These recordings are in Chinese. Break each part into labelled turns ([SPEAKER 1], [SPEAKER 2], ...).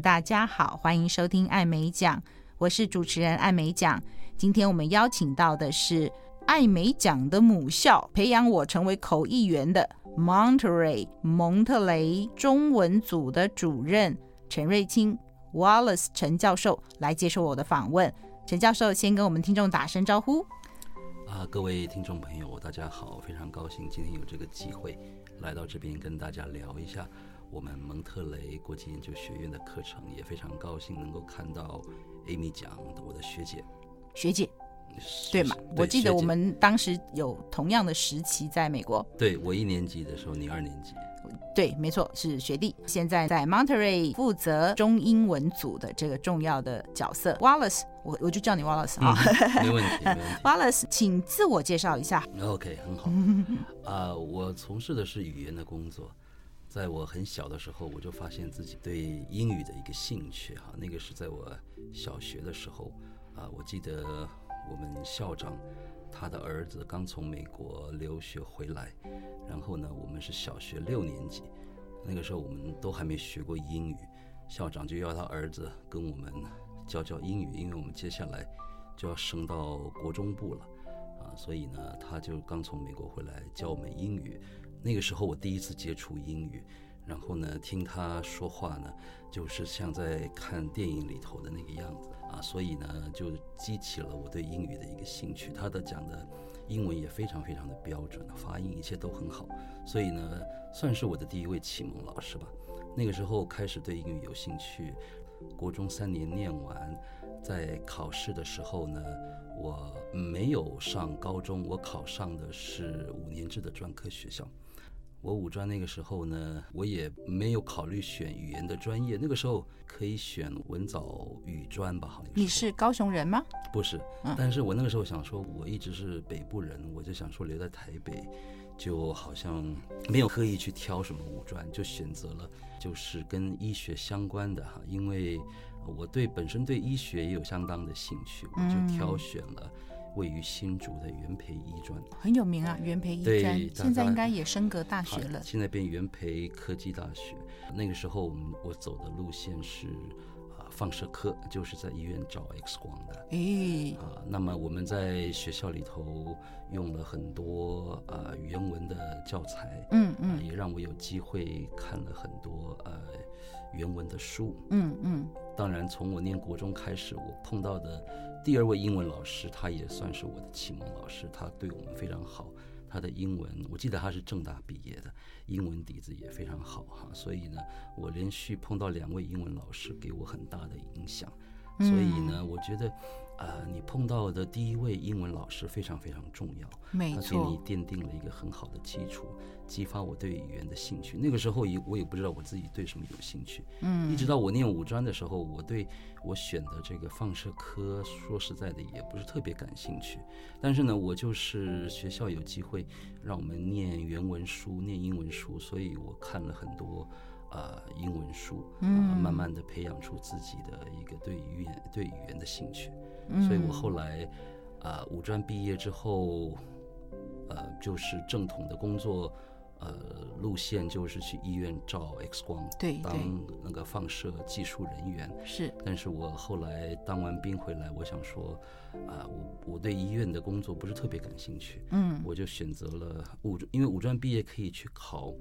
[SPEAKER 1] 大家好，欢迎收听艾美奖，我是主持人艾美奖。今天我们邀请到的是艾美奖的母校，培养我成为口译员的 Monterey 蒙特雷中文组的主任陈瑞清 Wallace 陈教授来接受我的访问。陈教授先跟我们听众打声招呼。
[SPEAKER 2] 啊，各位听众朋友，大家好！非常高兴今天有这个机会来到这边跟大家聊一下我们蒙特雷国际研究学院的课程，也非常高兴能够看到 Amy 讲的我的学姐，
[SPEAKER 1] 学姐，
[SPEAKER 2] 是
[SPEAKER 1] 对嘛？我记得我，们当时有同样的时期在美国，
[SPEAKER 2] 是学姐对我一年级的时候，你二年级，
[SPEAKER 1] 对，没错，是学弟。现在在 Monterey 负责中英文组的这个重要的角色，Wallace，我我就叫你 Wallace
[SPEAKER 2] 嗯
[SPEAKER 1] 啊、
[SPEAKER 2] 没问题，没问
[SPEAKER 1] w a l l a c e 请自我介绍一下。
[SPEAKER 2] 题，OK，很好。啊、我从事的是语言的工作。在我很小的时候，我就发现自己对英语的一个兴趣哈，那个是在我小学的时候，啊，我记得我们校长他的儿子刚从美国留学回来，然后呢，我们是小学六年级，那个时候我们都还没学过英语，校长就要他儿子跟我们教教英语，因为我们接下来就要升到国中部了。啊，所以呢，他就刚从美国回来教我们英语。那个时候我第一次接触英语，然后呢，听他说话呢，就是像在看电影里头的那个样子啊，所以呢，就激起了我对英语的一个兴趣。他的讲的英文也非常非常的标准，发音一切都很好，所以呢，算是我的第一位启蒙老师吧。那个时候开始对英语有兴趣，国中三年念完，在考试的时候呢，我没有上高中，我考上的是五年制的专科学校。我五专那个时候呢，我也没有考虑选语言的专业，那个时候可以选文藻语专吧，好像
[SPEAKER 1] 你是高雄人吗？
[SPEAKER 2] 不是，
[SPEAKER 1] 嗯
[SPEAKER 2] 但是我那个时候想说，我一直是北部人，我就想说留在台北，就好像没有刻意去挑什么五专，就选择了就是跟医学相关的哈，因为我对本身对医学也有相当的兴趣，我
[SPEAKER 1] 嗯
[SPEAKER 2] 就挑选了位于新竹的元培医专。
[SPEAKER 1] 很有名啊，元培医
[SPEAKER 2] 对
[SPEAKER 1] 专，
[SPEAKER 2] 大
[SPEAKER 1] 现在
[SPEAKER 2] 概
[SPEAKER 1] 应该也升格大学
[SPEAKER 2] 好
[SPEAKER 1] 了。
[SPEAKER 2] 啊现在变元培科技大学。那个时候，我们我走的路线是啊、放射科，就是在医院照 X 光的。
[SPEAKER 1] 诶，
[SPEAKER 2] 啊、那么我们在学校里头用了很多呃语言文的教材，
[SPEAKER 1] 嗯
[SPEAKER 2] 啊
[SPEAKER 1] 嗯
[SPEAKER 2] 也让我有机会看了很多呃原文的书。
[SPEAKER 1] 嗯嗯，
[SPEAKER 2] 当然，从我念国中开始，我碰到的第二位英文老师，他也算是我的启蒙老师，他对我们非常好。他的英文，我记得他是正大毕业的，英文底子也非常好哈。所以呢，我连续碰到两位英文老师，给我很大的影响。所以呢，我觉得，呃，你碰到的第一位英文老师非常非常重要。
[SPEAKER 1] 没
[SPEAKER 2] 他给
[SPEAKER 1] 错
[SPEAKER 2] 你。奠定了一个很好的基础，激发我对语言的兴趣。那个时候也我也不知道我自己对什么有兴趣，嗯，一直到我念五专的时候，我对我选的这个放射科，说实在的也不是特别感兴趣。但是呢，我就是学校有机会让我们念原文书、念英文书，所以我看了很多。呃，英文书，
[SPEAKER 1] 嗯
[SPEAKER 2] 啊，慢慢的培养出自己的一个对语言对语言的兴趣，所以我后来，啊，五专毕业之后，呃，就是正统的工作，呃，路线就是去医院照 X 光，
[SPEAKER 1] 对
[SPEAKER 2] 当
[SPEAKER 1] 对，
[SPEAKER 2] 那个放射技术人员。
[SPEAKER 1] 是
[SPEAKER 2] 但是我后来当完兵回来，我想说，啊、我我对医院的工作不是特别感兴趣，嗯，我就选择了五，因为五专毕业可以去考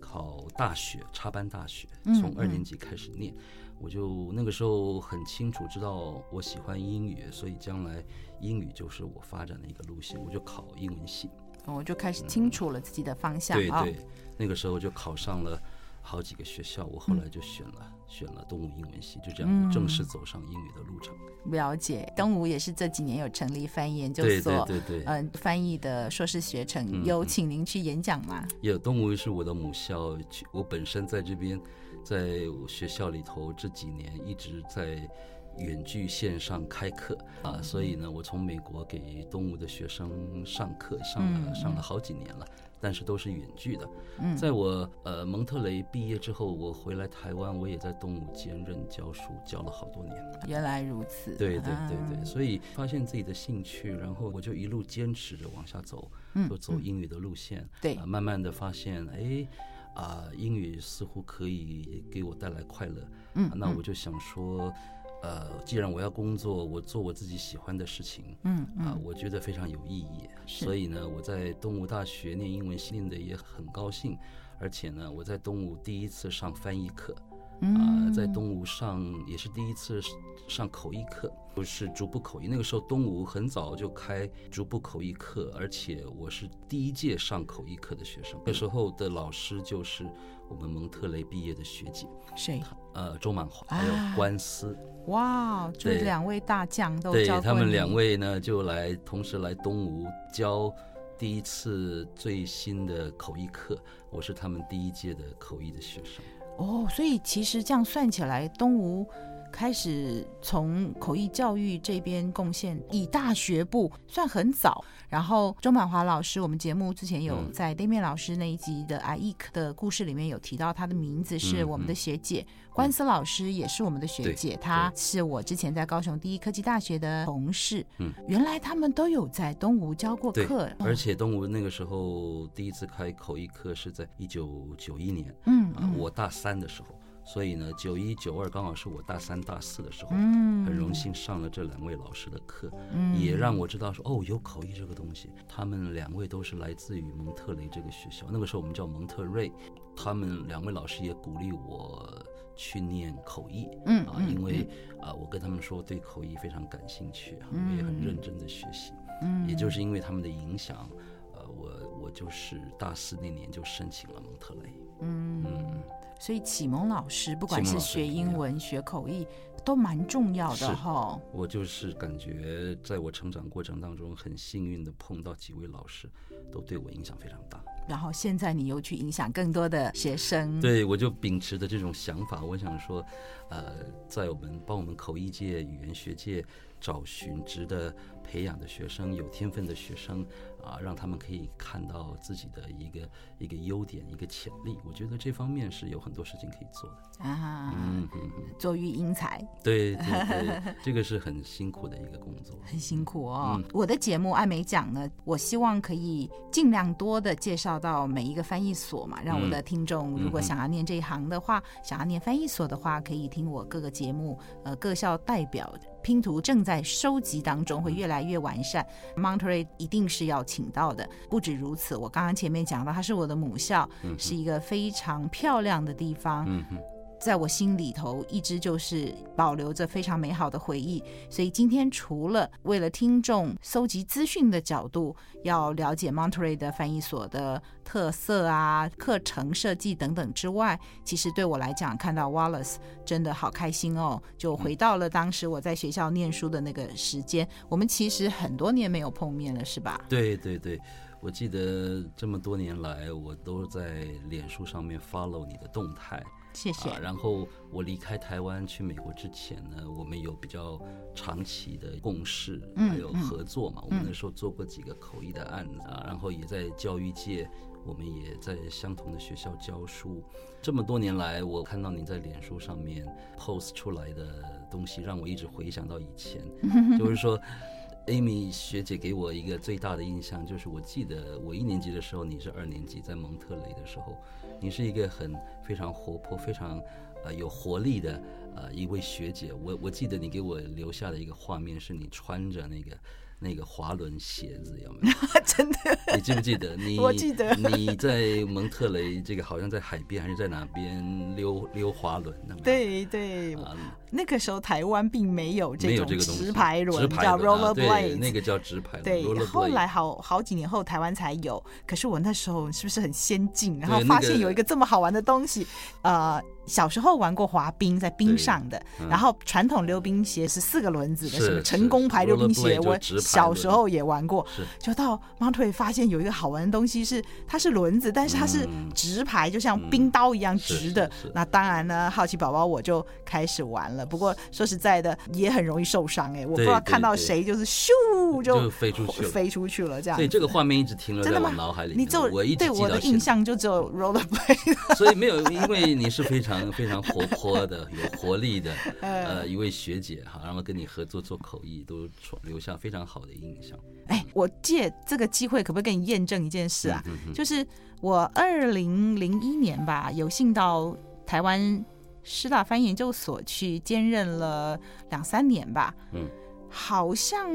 [SPEAKER 2] 考大学，插班大学，从二年级开始念。我就那个时候很清楚知道我喜欢英语，所以将来英语就是我发展的一个路线，我就考英文系。
[SPEAKER 1] 我就开始清楚了自己的方向
[SPEAKER 2] 嗯对
[SPEAKER 1] 啊。
[SPEAKER 2] 对，那个时候就考上了好几个学校，我后来就选了、选了东吴英文系，就这样正式走上英语的路程。
[SPEAKER 1] 了解，东吴也是这几年有成立翻译研究
[SPEAKER 2] 对对嗯
[SPEAKER 1] 所，
[SPEAKER 2] 对对，
[SPEAKER 1] 嗯、翻译的硕士学程，有请您去演讲吗？
[SPEAKER 2] 也东吴是我的母校，去我本身在这边，在我学校里头这几年一直在远距线上开课啊，所以呢，我从美国给东吴的学生上课，上了上了好几年了，但是都是远距的。在我呃蒙特雷毕业之后，我回来台湾，我也在东吴兼任教书，教了好多年。
[SPEAKER 1] 原来如此，
[SPEAKER 2] 对对
[SPEAKER 1] 啊
[SPEAKER 2] 对对，所以发现自己的兴趣，然后我就一路坚持着往下走，就走英语的路线。
[SPEAKER 1] 对
[SPEAKER 2] 啊慢慢的发现，哎，啊、英语似乎可以给我带来快乐，
[SPEAKER 1] 嗯，
[SPEAKER 2] 那我就想说，呃，既然我要工作，我做我自己喜欢的事情，
[SPEAKER 1] 嗯
[SPEAKER 2] 啊、
[SPEAKER 1] 嗯
[SPEAKER 2] 我觉得非常有意义。
[SPEAKER 1] 是
[SPEAKER 2] 所以呢，我在东吴大学念英文系念的也很高兴，而且呢，我在东吴第一次上翻译课，啊、
[SPEAKER 1] 嗯，
[SPEAKER 2] 在东吴上也是第一次上口译课，就是逐步口译。那个时候东吴很早就开逐步口译课，而且我是第一届上口译课的学生。那时候的老师就是我们蒙特雷毕业的学姐，
[SPEAKER 1] 谁？
[SPEAKER 2] 呃，周满华还
[SPEAKER 1] 啊
[SPEAKER 2] 有关思。
[SPEAKER 1] 哇，这
[SPEAKER 2] 对
[SPEAKER 1] 两位大将都
[SPEAKER 2] 对
[SPEAKER 1] 教
[SPEAKER 2] 他
[SPEAKER 1] 过
[SPEAKER 2] 们
[SPEAKER 1] 你
[SPEAKER 2] 两位呢，就来同时来东吴教第一次最新的口译课，我是他们第一届的口译的学生。
[SPEAKER 1] 哦，所以其实这样算起来，东吴开始从口译教育这边贡献，以大学部算很早。然后周满华老师，我们节目之前有
[SPEAKER 2] 嗯
[SPEAKER 1] 在 d a m i 老师那一集的 IEC 的故事里面有提到，他的名字是
[SPEAKER 2] 嗯
[SPEAKER 1] 我们
[SPEAKER 2] 嗯
[SPEAKER 1] 的学姐，关思老师也是我们的学
[SPEAKER 2] 对
[SPEAKER 1] 姐，她是我之前在高雄第一科技大学的同事。
[SPEAKER 2] 嗯，
[SPEAKER 1] 原来他们都有在东吴教过
[SPEAKER 2] 对
[SPEAKER 1] 课，
[SPEAKER 2] 而且东吴那个时候第一次开口译课是在一九九一年
[SPEAKER 1] 嗯
[SPEAKER 2] 啊、
[SPEAKER 1] 嗯
[SPEAKER 2] 我大三的时候，所以呢，九一九二刚好是我大三大四的时候，
[SPEAKER 1] 嗯，
[SPEAKER 2] 很荣幸上了这两位老师的课，
[SPEAKER 1] 嗯，
[SPEAKER 2] 也让我知道说哦，有口译这个东西。他们两位都是来自于蒙特雷这个学校，那个时候我们叫蒙特瑞。他们两位老师也鼓励我去念口译
[SPEAKER 1] 嗯
[SPEAKER 2] 啊，
[SPEAKER 1] 嗯
[SPEAKER 2] 因为啊，我跟他们说对口译非常感兴趣啊，我也很认真的学习。
[SPEAKER 1] 嗯
[SPEAKER 2] 也就是因为他们的影响，呃，我我就是大四那年就申请了蒙特雷。
[SPEAKER 1] 嗯，所以启蒙老师不管
[SPEAKER 2] 启蒙
[SPEAKER 1] 是
[SPEAKER 2] 老
[SPEAKER 1] 学
[SPEAKER 2] 师很重
[SPEAKER 1] 英
[SPEAKER 2] 要
[SPEAKER 1] 文、学口译，都蛮重要
[SPEAKER 2] 是
[SPEAKER 1] 的哈。
[SPEAKER 2] 我就是感觉，在我成长过程当中，很幸运的碰到几位老师，都对我影响非常大。
[SPEAKER 1] 然后现在你又去影响更多的学生，
[SPEAKER 2] 对，我就秉持着这种想法，我想说，呃，在我们帮我们口译界、语言学界找寻值得培养的学生、有天分的学生啊，让他们可以看到自己的一个一个优点、一个潜力。我觉得这方面是有很多事情可以做的。
[SPEAKER 1] 啊，
[SPEAKER 2] 嗯嗯嗯，
[SPEAKER 1] 做育英才
[SPEAKER 2] 对对对，这个是很辛苦的一个工作。
[SPEAKER 1] 很辛苦哦。
[SPEAKER 2] 嗯
[SPEAKER 1] 我的节目艾美奖呢，我希望可以尽量多的介绍到每一个翻译所嘛，让我的听众如果
[SPEAKER 2] 嗯哼
[SPEAKER 1] 想要念这一行的话，想要念翻译所的话，可以听我各个节目，呃，各校代表拼图正在收集当中，会越来越完善。Monterey 一定是要请到的。不止如此，我刚刚前面讲到，它是我的母校，是一个非常漂亮的地方。
[SPEAKER 2] 嗯哼。
[SPEAKER 1] 在我心里头一直就是保留着非常美好的回忆。所以今天除了为了听众搜集资讯的角度，要了解 Monterey 的翻译所的特色啊、课程设计等等之外，其实对我来讲，看到 Wallace 真的好开心哦，就回到了当时我在学校念书的那个时间。我们其实很多年没有碰面了，是吧？
[SPEAKER 2] 对对对，我记得这么多年来，我都在脸书上面 follow 你的动态
[SPEAKER 1] 谢谢。
[SPEAKER 2] 啊。然后我离开台湾去美国之前呢，我们有比较长期的共识，
[SPEAKER 1] 嗯
[SPEAKER 2] 还有合作嘛。我们那时候做过几个口译的案子啊，然后也在教育界。我们也在相同的学校教书，这么多年来，我看到您在脸书上面 post 出来的东西，让我一直回想到以 前，就是说，Amy 学姐给我一个最大的印象，就是我记得我一年级的时候，你是二年级，在蒙特雷的时候，你是一个很非常活泼、非常呃有活力的呃一位学姐。我我记得你给我留下的一个画面是你穿着那个。那个滑轮鞋子有没有？
[SPEAKER 1] 真的
[SPEAKER 2] 你记不记得？你
[SPEAKER 1] 我记得
[SPEAKER 2] 你在蒙特雷这个好像在海边还是在哪边溜溜滑轮？那么
[SPEAKER 1] 对对，
[SPEAKER 2] 啊，
[SPEAKER 1] 那个时候台湾并没有
[SPEAKER 2] 没有这个东西，直排轮啊对，那个叫直排轮。
[SPEAKER 1] 对
[SPEAKER 2] rollerblade，
[SPEAKER 1] 后来好好几年后台湾才有，可是我那时候是不是很先进？然后
[SPEAKER 2] 对那
[SPEAKER 1] 发现
[SPEAKER 2] 个
[SPEAKER 1] 有一个这么好玩的东西，呃，小时候玩过滑冰，在冰
[SPEAKER 2] 对
[SPEAKER 1] 上的，
[SPEAKER 2] 嗯
[SPEAKER 1] 然后传统溜冰鞋是四个轮子的，
[SPEAKER 2] 是
[SPEAKER 1] 什么
[SPEAKER 2] 是
[SPEAKER 1] 成功牌溜冰鞋，
[SPEAKER 2] rollerblade
[SPEAKER 1] 我
[SPEAKER 2] 就直排
[SPEAKER 1] 小
[SPEAKER 2] 轮
[SPEAKER 1] 时候也玩过
[SPEAKER 2] 是，
[SPEAKER 1] 就到 Monterey 发现有一个好玩的东西是，它是轮子，但是它是
[SPEAKER 2] 嗯
[SPEAKER 1] 直排，就像冰刀一样
[SPEAKER 2] 是
[SPEAKER 1] 直
[SPEAKER 2] 是
[SPEAKER 1] 的。
[SPEAKER 2] 是
[SPEAKER 1] 那当然呢，好奇宝宝我就开始玩了，不过说实在的，也很容易受伤哎、我不
[SPEAKER 2] 对
[SPEAKER 1] 知道
[SPEAKER 2] 对
[SPEAKER 1] 看到
[SPEAKER 2] 对
[SPEAKER 1] 谁就是咻
[SPEAKER 2] 就飞出去了
[SPEAKER 1] 飞出去了这样
[SPEAKER 2] 所以。这个画面一直停留
[SPEAKER 1] 真
[SPEAKER 2] 在
[SPEAKER 1] 的
[SPEAKER 2] 我
[SPEAKER 1] 吗
[SPEAKER 2] 脑海里面，
[SPEAKER 1] 你只有
[SPEAKER 2] 我一直
[SPEAKER 1] 对
[SPEAKER 2] 记
[SPEAKER 1] 我
[SPEAKER 2] 到
[SPEAKER 1] 的
[SPEAKER 2] 现
[SPEAKER 1] 印
[SPEAKER 2] 在。
[SPEAKER 1] 象就只有 rollerblade，
[SPEAKER 2] 所以没有，因为你是非常常非常活泼的、有活力的呃一位学姐哈，然后跟你合作做口译，都创留下非常好的印象。
[SPEAKER 1] 哎，我借这个机会，可不可以跟你验证一件事啊？
[SPEAKER 2] 嗯
[SPEAKER 1] 就是我二零零一年吧，有幸到台湾师大翻译研究所去兼任了两三年吧。
[SPEAKER 2] 嗯，
[SPEAKER 1] 好像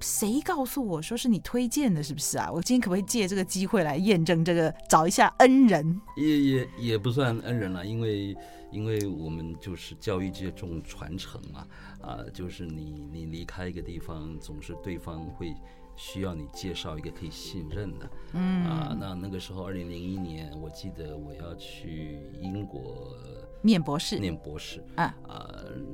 [SPEAKER 1] 谁告诉我说是你推荐的，是不是啊？我今天可不可以借这个机会来验证这个，找一下恩人？
[SPEAKER 2] 也也也不算恩人了，因为因为我们就是教育界重传承嘛，啊，就是你你离开一个地方，总是对方会需要你介绍一个可以信任的，嗯啊，那那个时候二零零一年，我记得我要去英国
[SPEAKER 1] 念博士，
[SPEAKER 2] 念博士
[SPEAKER 1] 啊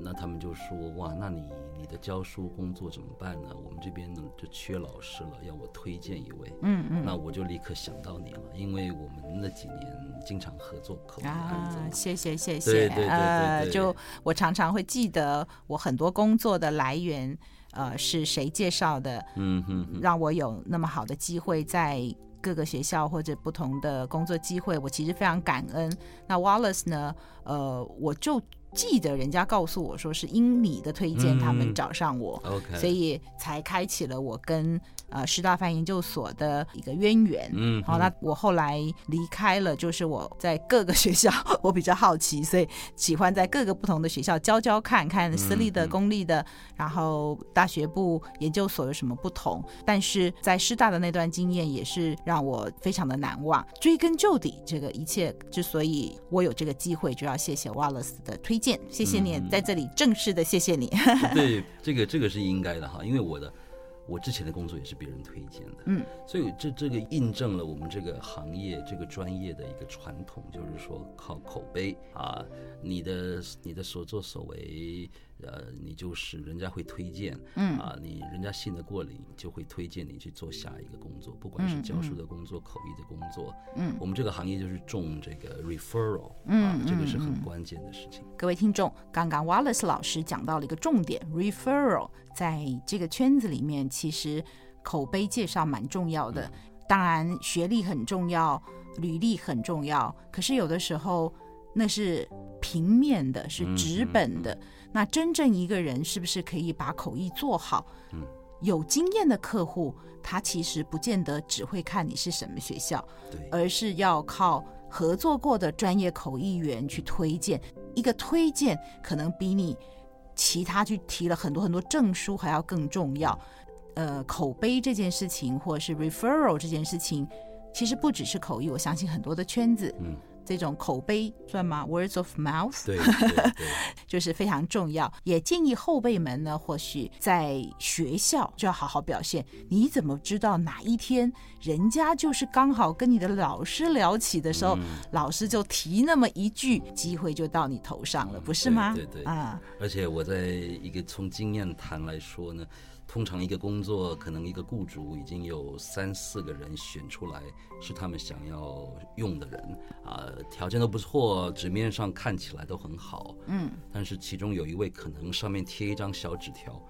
[SPEAKER 2] 那他们就说哇，那你你的教书工作怎么办呢？我们这边呢就缺老师了，要我推荐一位，
[SPEAKER 1] 嗯嗯
[SPEAKER 2] 那我就立刻想到你了，因为我们那几年经常合作口译案子
[SPEAKER 1] 啊
[SPEAKER 2] 嘛，，
[SPEAKER 1] 谢谢谢谢，
[SPEAKER 2] 嗯对对对
[SPEAKER 1] 呃，
[SPEAKER 2] 对对
[SPEAKER 1] 就我常常会记得我很多工作的来源，呃，是谁介绍的，
[SPEAKER 2] 嗯哼哼，
[SPEAKER 1] 让我有那么好的机会在各个学校或者不同的工作机会，我其实非常感恩。那 Wallace 呢，呃，我就记得人家告诉我说是因你的推荐，
[SPEAKER 2] 嗯
[SPEAKER 1] 他们找上我。
[SPEAKER 2] OK，
[SPEAKER 1] 所以才开启了我跟呃师大范研究所的一个渊源。
[SPEAKER 2] 嗯，
[SPEAKER 1] 好，那我后来离开了，就是我在各个学校， 我比较好奇，所以喜欢在各个不同的学校教教看看私立的、
[SPEAKER 2] 嗯
[SPEAKER 1] 公立的，然后大学部、研究所有什么不同。但是在师大的那段经验也是让我非常的难忘。追根究底，这个一切之所以我有这个机会，就要谢谢 Wallace 的推荐，谢谢你、
[SPEAKER 2] 嗯嗯
[SPEAKER 1] 在这里正式的谢谢你。
[SPEAKER 2] 对，这个这个是应该的哈，因为我的我之前的工作也是别人推荐的，
[SPEAKER 1] 嗯，
[SPEAKER 2] 所以这这个印证了我们这个行业这个专业的一个传统，就是说靠口碑啊，你的你的所作所为，呃，你就是人家会推荐，
[SPEAKER 1] 嗯
[SPEAKER 2] 啊，你人家信得过你，就会推荐你去做下一个工作，不管是
[SPEAKER 1] 嗯
[SPEAKER 2] 教书
[SPEAKER 1] 嗯
[SPEAKER 2] 的工作、口译的工作，
[SPEAKER 1] 嗯
[SPEAKER 2] 我们这个行业就是重这个 referral，啊
[SPEAKER 1] 嗯，
[SPEAKER 2] 这个是
[SPEAKER 1] 嗯
[SPEAKER 2] 很
[SPEAKER 1] 嗯
[SPEAKER 2] 关键的事情。
[SPEAKER 1] 各位听众，刚刚 Wallace 老师讲到了一个重点，referral，在这个圈子里面，其实口碑介绍蛮重要
[SPEAKER 2] 嗯
[SPEAKER 1] 的。当然，学历很重要，履历很重要，可是有的时候那是平面的，是
[SPEAKER 2] 嗯
[SPEAKER 1] 纸本的。那真正一个人是不是可以把口译做好？
[SPEAKER 2] 嗯
[SPEAKER 1] 有经验的客户，他其实不见得只会看你是什么学校，
[SPEAKER 2] 对，
[SPEAKER 1] 而是要靠合作过的专业口译员去推荐。一个推荐可能比你其他去提了很多很多证书还要更重要。呃，口碑这件事情，或是 referral 这件事情，其实不只是口译，我相信很多的圈子，
[SPEAKER 2] 嗯，
[SPEAKER 1] 这种口碑算吗？Words of mouth，
[SPEAKER 2] 对对对。
[SPEAKER 1] 就是非常重要。也建议后辈们呢，或许在学校就要好好表现。你怎么知道哪一天人家就是刚好跟你的老师聊起的时候，
[SPEAKER 2] 嗯
[SPEAKER 1] 老师就提那么一句，机会就到你头上了，不是吗？
[SPEAKER 2] 嗯对对对
[SPEAKER 1] 啊，
[SPEAKER 2] 而且我在一个从经验谈来说呢，通常一个工作可能一个雇主已经有三四个人选出来是他们想要用的人啊、条件都不错，纸面上看起来都很好，
[SPEAKER 1] 嗯，
[SPEAKER 2] 但是其中有一位可能上面贴一张小纸条，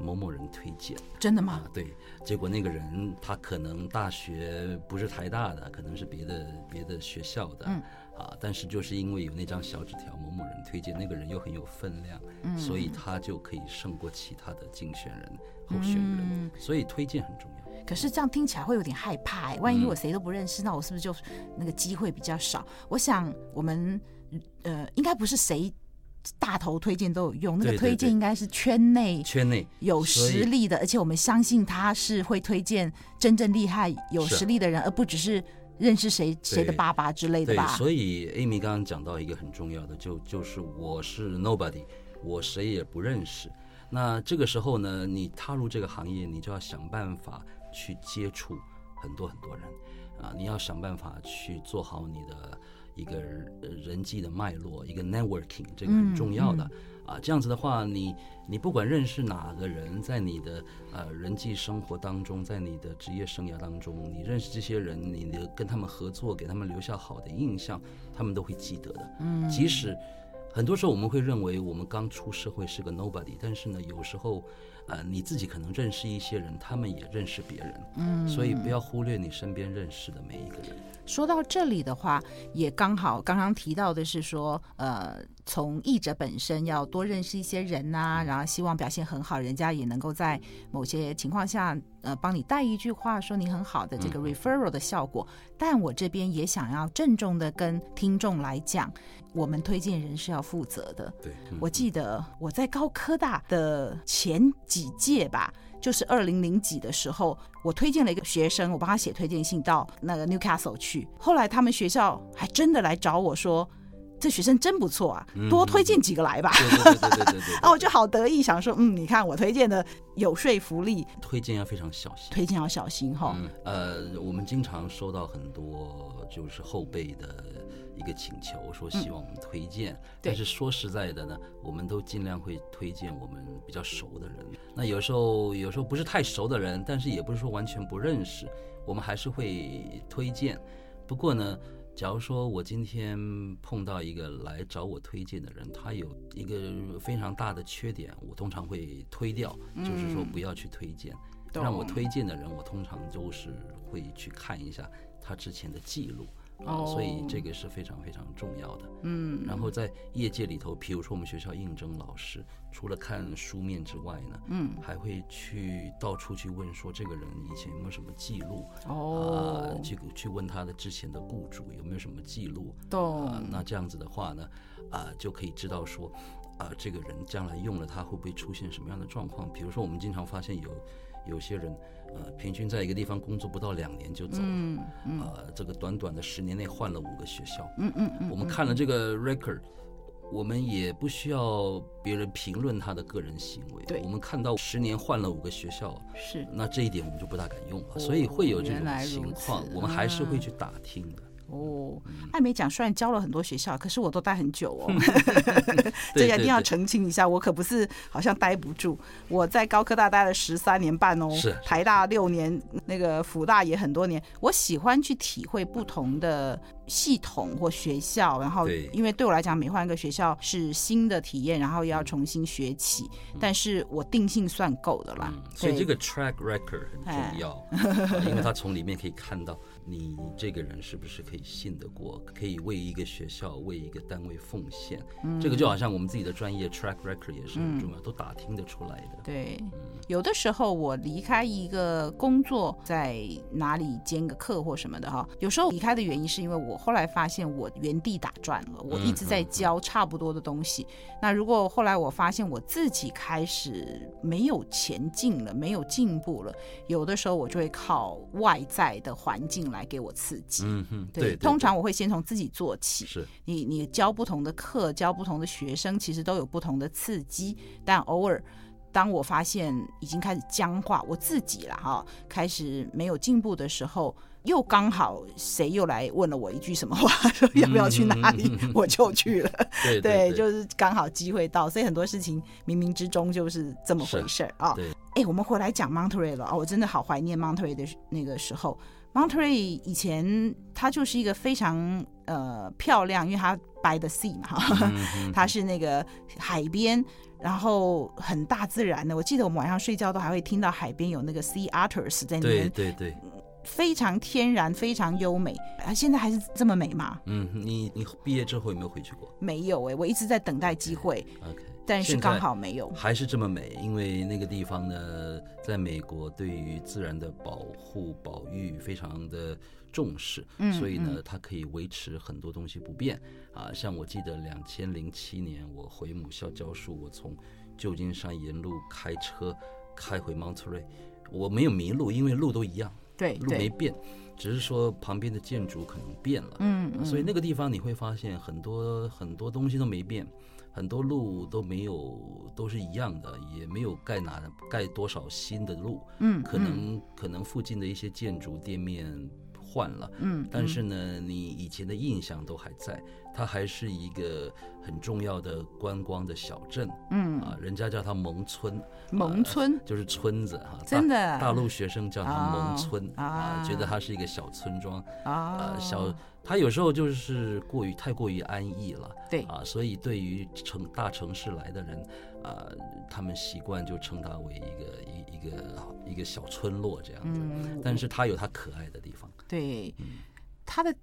[SPEAKER 2] 某某人推荐。
[SPEAKER 1] 真的吗？
[SPEAKER 2] 啊，对，结果那个人他可能大学不是台大的，可能是别的别的学校的，
[SPEAKER 1] 嗯
[SPEAKER 2] 啊，但是就是因为有那张小纸条，某某人推荐，那个人又很有分量，
[SPEAKER 1] 嗯
[SPEAKER 2] 所以他就可以胜过其他的竞选人、候选人，
[SPEAKER 1] 嗯
[SPEAKER 2] 所以推荐很重要。
[SPEAKER 1] 可是这样听起来会有点害怕哎、万一
[SPEAKER 2] 嗯
[SPEAKER 1] 我谁都不认识，那我是不是就那个机会比较少？我想我们呃，应该不是谁大头推荐都有用，那个
[SPEAKER 2] 对对
[SPEAKER 1] 推荐
[SPEAKER 2] 对
[SPEAKER 1] 应该是圈内
[SPEAKER 2] 圈内
[SPEAKER 1] 有
[SPEAKER 2] 所以
[SPEAKER 1] 实力的，而且我们相信他是会推荐真正厉害、有
[SPEAKER 2] 是啊
[SPEAKER 1] 实力的人，而不只是认识谁谁的爸爸之类的
[SPEAKER 2] 对，
[SPEAKER 1] 吧。
[SPEAKER 2] 所以 Amy 刚刚讲到一个很重要的，就就是我是 nobody，我谁也不认识。那这个时候呢，你踏入这个行业，你就要想办法去接触很多很多人，啊，你要想办法去做好你的一个呃人际的脉络，一个 networking，这个很重要的。
[SPEAKER 1] 嗯
[SPEAKER 2] 啊，这样子的话，你你不管认识哪个人，在你的呃人际生活当中，在你的职业生涯当中，你认识这些人，你的跟他们合作，给他们留下好的印象，他们都会记得的。嗯，即使很多时候我们会认为我们刚出社会是个 nobody，但是呢，有时候，呃，你自己可能认识一些人，他们也认识别人，嗯，所以不要忽略你身边认识的每一个人。
[SPEAKER 1] 说到这里的话，也刚好刚刚提到的是说，呃，从译者本身要多认识一些人呐、然后希望表现很好，人家也能够在某些情况下，呃，帮你带一句话说你很好的这个
[SPEAKER 2] 嗯
[SPEAKER 1] referral 的效果。但我这边也想要郑重的跟听众来讲，我们推荐人是要负责的。
[SPEAKER 2] 对，嗯
[SPEAKER 1] 我记得我在高科大的前几届吧，就是二零零几的时候，我推荐了一个学生，我帮他写推荐信到那个 Newcastle 去。后来他们学校还真的来找我说，这学生真不错啊，
[SPEAKER 2] 嗯
[SPEAKER 1] 多推荐几个来吧。
[SPEAKER 2] 对对对对对 对对。
[SPEAKER 1] 啊，我就好得意，想说，嗯，你看我推荐的有说服力，
[SPEAKER 2] 推荐要非常小心。
[SPEAKER 1] 推荐要小心哈。
[SPEAKER 2] 嗯，呃，我们经常收到很多就是后辈的一个请求，说希望我们推荐。但是说实在的呢，我们都尽量会推荐我们比较熟的人。那有时候有时候不是太熟的人，但是也不是说完全不认识，我们还是会推荐。不过呢，假如说我今天碰到一个来找我推荐的人，他有一个非常大的缺点，我通常会推掉，就是说不要去推荐。
[SPEAKER 1] 懂
[SPEAKER 2] 让我推荐的人，我通常都是会去看一下他之前的记录。啊、
[SPEAKER 1] 哦
[SPEAKER 2] 所以这个是非常非常重要的。
[SPEAKER 1] 嗯，
[SPEAKER 2] 然后在业界里头，比如说我们学校应征老师，除了看书面之外呢，
[SPEAKER 1] 嗯，
[SPEAKER 2] 还会去到处去问说这个人以前有没有什么记录啊、
[SPEAKER 1] 哦，
[SPEAKER 2] 去去问他的之前的雇主有没有什么记录啊、
[SPEAKER 1] 懂，
[SPEAKER 2] 那这样子的话呢，啊、就可以知道说，啊、这个人将来用了他会不会出现什么样的状况？比如说我们经常发现有有些人，呃，平均在一个地方工作不到两年就走了。
[SPEAKER 1] 嗯嗯
[SPEAKER 2] 啊，这个短短的十年内换了五个学校。
[SPEAKER 1] 嗯嗯嗯，
[SPEAKER 2] 我们看了这个 record，我们也不需要别人评论他的个人行为。
[SPEAKER 1] 对
[SPEAKER 2] 我们看到十年换了五个学校，
[SPEAKER 1] 是
[SPEAKER 2] 那这一点我们就不大敢用了，所以会有这
[SPEAKER 1] 哦原来
[SPEAKER 2] 种
[SPEAKER 1] 如
[SPEAKER 2] 情
[SPEAKER 1] 此
[SPEAKER 2] 况，我们还是会
[SPEAKER 1] 啊
[SPEAKER 2] 去打听的。
[SPEAKER 1] 哦。
[SPEAKER 2] 嗯
[SPEAKER 1] 艾美奖虽然教了很多学校，可是我都待很久哦。 这
[SPEAKER 2] 对
[SPEAKER 1] 个一
[SPEAKER 2] 对
[SPEAKER 1] 定要
[SPEAKER 2] 对
[SPEAKER 1] 澄清一下，我可不是好像待不住，我在高科大待了十三年半哦，
[SPEAKER 2] 是是
[SPEAKER 1] 台大六年，那个辅大也很多年。我喜欢去体会不同的系统或学校，然后
[SPEAKER 2] 对
[SPEAKER 1] 因为对我来讲，每换一个学校是新的体验，然后
[SPEAKER 2] 嗯
[SPEAKER 1] 要重新学起，但是我定性算够的啦
[SPEAKER 2] 嗯。所以
[SPEAKER 1] 对
[SPEAKER 2] 这个 track record 很
[SPEAKER 1] 哎
[SPEAKER 2] 重 要，啊因为他从里面可以看到你这个人是不是可以信得过，可以为一个学校、为一个单位奉献。
[SPEAKER 1] 嗯
[SPEAKER 2] 这个就好像我们自己的专业 track record 也是很重要，都打听得出来的。
[SPEAKER 1] 对，有的时候我离开一个工作，在哪里兼个课或什么的哈，有时候离开的原因是因为我后来发现我原地打转了，
[SPEAKER 2] 嗯
[SPEAKER 1] 我一直在教差不多的东西。那如果后来我发现我自己开始没有前进了，没有进步了，有的时候我就会靠外在的环境来给我刺激。
[SPEAKER 2] 嗯哼，对，对
[SPEAKER 1] 通
[SPEAKER 2] 对
[SPEAKER 1] 常我会先从自己做起，
[SPEAKER 2] 是
[SPEAKER 1] 你你教不同的课，教不同的学生，其实都有不同的刺激，但偶尔。当我发现已经开始僵化，我自己了哈，开始没有进步的时候，又刚好谁又来问了我一句什么话，说要不要去哪里，我就去了。对，
[SPEAKER 2] 对对，
[SPEAKER 1] 就是刚好机会到，所以很多事情冥冥之中就是这么回事儿啊。
[SPEAKER 2] 对
[SPEAKER 1] 哎，我们回来讲 Monterey 了哦，我真的好怀念 Monterey 的那个时候。Monterey 以前它就是一个非常呃漂亮，因为它 by the sea 嘛，
[SPEAKER 2] 嗯
[SPEAKER 1] 哈， 它是那个海边，然后很大自然的。我记得我们晚上睡觉都还会听到海边有那个 sea otters 在那
[SPEAKER 2] 对
[SPEAKER 1] 边，
[SPEAKER 2] 对对，
[SPEAKER 1] 非常天然，非常优美。啊，现在还是这么美吗？
[SPEAKER 2] 嗯，你你毕业之后有没有回去过
[SPEAKER 1] 没有哎、我一直在等待机会，
[SPEAKER 2] ？OK，
[SPEAKER 1] 但是
[SPEAKER 2] 现
[SPEAKER 1] 刚
[SPEAKER 2] 在
[SPEAKER 1] 好没有。
[SPEAKER 2] 还是这么美，因为那个地方呢，在美国对于自然的保护保育非常的重视，
[SPEAKER 1] 嗯
[SPEAKER 2] 所以呢
[SPEAKER 1] 嗯，
[SPEAKER 2] 它可以维持很多东西不变啊。像我记得两千零七年我回母校教书，我从旧金山沿路开车开回 Monterey，我没有迷路，因为路都一样，
[SPEAKER 1] 对
[SPEAKER 2] 路没
[SPEAKER 1] 对，
[SPEAKER 2] 变，只是说旁边的建筑可能变了。
[SPEAKER 1] 嗯嗯
[SPEAKER 2] 所以那个地方你会发现很多很多东西都没变，很多路都没有都是一样的，也没有盖哪盖多少新的路，
[SPEAKER 1] 嗯，
[SPEAKER 2] 可能可能附近的一些建筑店面换了，
[SPEAKER 1] 嗯，
[SPEAKER 2] 但是呢，你以前的印象都还在，它还是一个很重要的观光的小镇
[SPEAKER 1] 嗯，
[SPEAKER 2] 啊，人家叫它蒙村，
[SPEAKER 1] 农村
[SPEAKER 2] 就是村子哈，
[SPEAKER 1] 真
[SPEAKER 2] 大。
[SPEAKER 1] 的
[SPEAKER 2] 大陆学生叫它蒙村、
[SPEAKER 1] 啊
[SPEAKER 2] 啊，觉得它是一个小村庄，
[SPEAKER 1] 啊
[SPEAKER 2] 呃，小他有时候就是过于太过于安逸了，
[SPEAKER 1] 对
[SPEAKER 2] 啊，所以对于城大城市来的人，啊，他们习惯就称它为一个一一个一个小村落这样子，
[SPEAKER 1] 嗯，
[SPEAKER 2] 但是它有它可爱的地方，
[SPEAKER 1] 对
[SPEAKER 2] 嗯，
[SPEAKER 1] 它的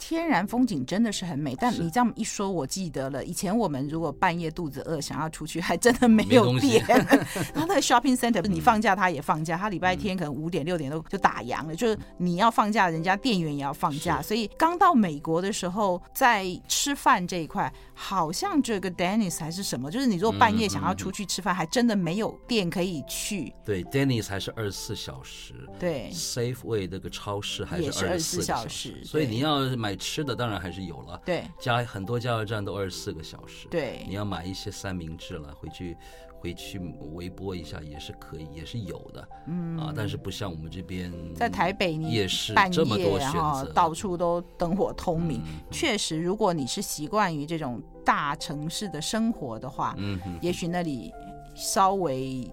[SPEAKER 1] 天然风景真的是很美。但
[SPEAKER 2] 是
[SPEAKER 1] 你这样一说，我记得了，以前我们如果半夜肚子饿想要出去，还真的没
[SPEAKER 2] 没
[SPEAKER 1] 有
[SPEAKER 2] 东西嗯
[SPEAKER 1] 电。 它那个 shopping center 你放假他也放假，他礼拜天可能五点六点都就打烊了，就是你要放假，人家店员也要放假。
[SPEAKER 2] 是
[SPEAKER 1] 所以刚到美国的时候，在吃饭这一块，好像这个 Dennis 还是什么，就是你如果半
[SPEAKER 2] 嗯
[SPEAKER 1] 夜想要出去吃饭，还真的没有店可以去。
[SPEAKER 2] 对，Denny 才是二十四小时。
[SPEAKER 1] 对
[SPEAKER 2] Safeway 这个超市还
[SPEAKER 1] 也是
[SPEAKER 2] 二
[SPEAKER 1] 24
[SPEAKER 2] 四
[SPEAKER 1] 小时
[SPEAKER 2] 时
[SPEAKER 1] 对，
[SPEAKER 2] 所以你要买吃的当然还是有了，
[SPEAKER 1] 对
[SPEAKER 2] 加很多加油站都二十四个小时。，
[SPEAKER 1] 对，
[SPEAKER 2] 你要买一些三明治了，回去回去微波一下也是可以，也是有的。嗯啊，但是不像我们这边
[SPEAKER 1] 在台北你
[SPEAKER 2] 夜市
[SPEAKER 1] 半
[SPEAKER 2] 这么
[SPEAKER 1] 夜，
[SPEAKER 2] 多
[SPEAKER 1] 然
[SPEAKER 2] 选
[SPEAKER 1] 后
[SPEAKER 2] 择，
[SPEAKER 1] 到处都灯火通明。
[SPEAKER 2] 嗯
[SPEAKER 1] 确实，如果你是习惯于这种大城市的生活的话，
[SPEAKER 2] 嗯哼，
[SPEAKER 1] 也许那里稍微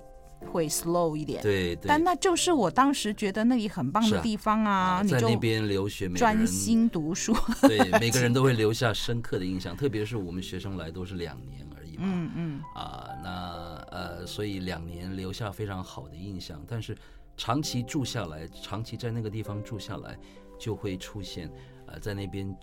[SPEAKER 1] 会 slow 一点。
[SPEAKER 2] 对对
[SPEAKER 1] 但。那就是我当时觉得那里很棒
[SPEAKER 2] 是
[SPEAKER 1] 的
[SPEAKER 2] 啊
[SPEAKER 1] 地方啊，你
[SPEAKER 2] 在
[SPEAKER 1] 就
[SPEAKER 2] 那边留学，每个
[SPEAKER 1] 专
[SPEAKER 2] 人
[SPEAKER 1] 心读 书。
[SPEAKER 2] 对每个 人都会留下深刻的印象，特别是我们学生来都是两年而已嘛，
[SPEAKER 1] 嗯嗯，
[SPEAKER 2] 啊，那呃，所以两年留下非常好的印象，但是长期住下来，长期在那个地方住下来，就会出现呃，在那边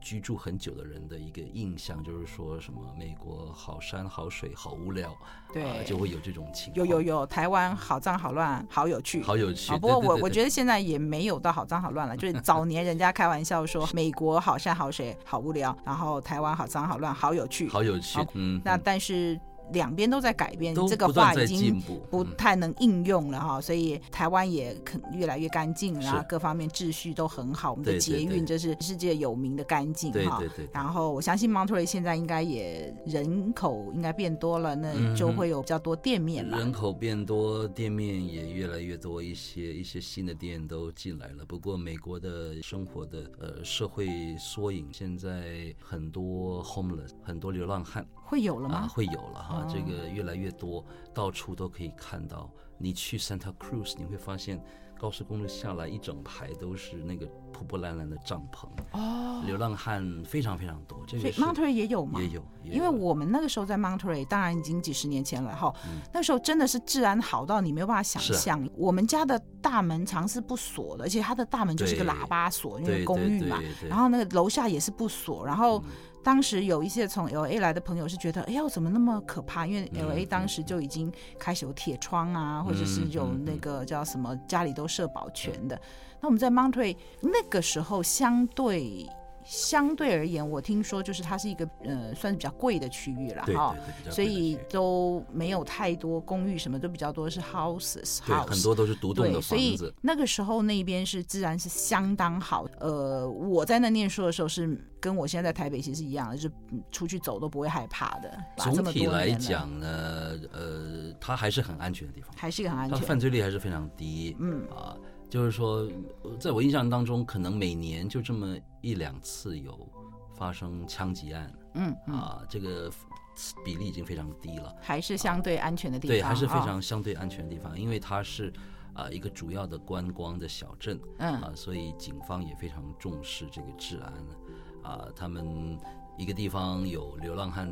[SPEAKER 2] 居住很久的人的一个印象，就是说什么美国好山好水好无聊，
[SPEAKER 1] 对，
[SPEAKER 2] 啊就会有这种情
[SPEAKER 1] 有
[SPEAKER 2] 况，
[SPEAKER 1] 有有，台湾好脏好乱，好有趣。
[SPEAKER 2] 好有趣。
[SPEAKER 1] 啊，不过
[SPEAKER 2] 对
[SPEAKER 1] 我我
[SPEAKER 2] 对对
[SPEAKER 1] 觉得现在也没有到好脏好乱了， 就是早年人家开玩笑说美国好山好水好无聊，然后台湾好脏好乱好有趣。
[SPEAKER 2] 好有趣
[SPEAKER 1] 好，
[SPEAKER 2] 嗯，
[SPEAKER 1] 那但是两边都在改变，
[SPEAKER 2] 都
[SPEAKER 1] 这个
[SPEAKER 2] 不
[SPEAKER 1] 话
[SPEAKER 2] 断在
[SPEAKER 1] 已经
[SPEAKER 2] 进步，
[SPEAKER 1] 不
[SPEAKER 2] 嗯
[SPEAKER 1] 太能应用了哈，所以台湾也肯越来越干净啦，然后
[SPEAKER 2] 是
[SPEAKER 1] 各方面秩序都很好，我们的
[SPEAKER 2] 对对
[SPEAKER 1] 捷运这是世界有名的干净
[SPEAKER 2] 对
[SPEAKER 1] 哈。
[SPEAKER 2] 对对，
[SPEAKER 1] 然后我相信 Monterey 现在应该也人口应该变多了，那
[SPEAKER 2] 嗯
[SPEAKER 1] 就
[SPEAKER 2] 哼
[SPEAKER 1] 会有比较多店面啦。
[SPEAKER 2] 人口变多，店面也越来越多，一些一些新的店都进来了。不过，美国的生活的呃社会缩影，现在很多 homeless，很多流浪汉
[SPEAKER 1] 会有了
[SPEAKER 2] 啊、
[SPEAKER 1] 吗？
[SPEAKER 2] 会有了哈、
[SPEAKER 1] 哦
[SPEAKER 2] 这个越来越多，到处都可以看到。你去 Santa Cruz，你会发现高速公路下来一整排都是那个破破烂烂的帐篷，
[SPEAKER 1] 哦，
[SPEAKER 2] 流浪汉非常非常多。这
[SPEAKER 1] 所
[SPEAKER 2] 个
[SPEAKER 1] 以
[SPEAKER 2] 是
[SPEAKER 1] Monterey 也有吗？
[SPEAKER 2] 也有，也
[SPEAKER 1] 因为
[SPEAKER 2] 有
[SPEAKER 1] 我们那个时候在 Monterey，当然已经几十年前了哈，那时候真的是治安好到你没有办法想
[SPEAKER 2] 嗯是啊
[SPEAKER 1] 象。我们家的大门常是不锁的，而且它的大门就是个
[SPEAKER 2] 对
[SPEAKER 1] 喇叭锁，因为
[SPEAKER 2] 对
[SPEAKER 1] 公
[SPEAKER 2] 对
[SPEAKER 1] 寓
[SPEAKER 2] 对
[SPEAKER 1] 嘛。
[SPEAKER 2] 对
[SPEAKER 1] 然后那个楼下也是不锁，然后
[SPEAKER 2] 嗯
[SPEAKER 1] 当时有一些从 L A 来的朋友是觉得，哎呀，怎么那么可怕？因为 L A
[SPEAKER 2] 嗯
[SPEAKER 1] 当时就已经开始有铁窗啊，或者是有
[SPEAKER 2] 嗯
[SPEAKER 1] 那个叫什么家里都设保全的。那我们在 Monterey 那个时候相对。相对而言，我听说就是它是一个呃，算是比较贵的区域了
[SPEAKER 2] 对
[SPEAKER 1] 哈
[SPEAKER 2] 对，对，比较
[SPEAKER 1] 所
[SPEAKER 2] 贵的
[SPEAKER 1] 以
[SPEAKER 2] 区
[SPEAKER 1] 都没有太多公寓什么，都比较多是 houses，
[SPEAKER 2] 对
[SPEAKER 1] house
[SPEAKER 2] 很多都是独栋
[SPEAKER 1] 对，
[SPEAKER 2] 的
[SPEAKER 1] 所
[SPEAKER 2] 房
[SPEAKER 1] 以
[SPEAKER 2] 子。
[SPEAKER 1] 那个时候那边是自然是相当好。呃，我在那念书的时候是跟我现在在台北其实是一样的，就是嗯出去走都不会害怕的。哇这
[SPEAKER 2] 总
[SPEAKER 1] 么
[SPEAKER 2] 体
[SPEAKER 1] 多
[SPEAKER 2] 来
[SPEAKER 1] 年了
[SPEAKER 2] 讲呢，呃，它还是很安全的地方，
[SPEAKER 1] 还是一个很安
[SPEAKER 2] 它的
[SPEAKER 1] 全。
[SPEAKER 2] 犯罪率还是非常低。
[SPEAKER 1] 嗯
[SPEAKER 2] 啊，就是说，呃在我印象当中，可能每年就这么一两次有发生枪击案
[SPEAKER 1] 嗯嗯，
[SPEAKER 2] 啊，这个比例已经非常低了。
[SPEAKER 1] 还是相对安全的地方。
[SPEAKER 2] 对，还是非
[SPEAKER 1] 啊
[SPEAKER 2] 常相对安全的地方，因为它是啊、一个主要的观光的小镇。
[SPEAKER 1] 嗯
[SPEAKER 2] 啊，所以警方也非常重视这个治安，啊，他们一个地方有流浪汉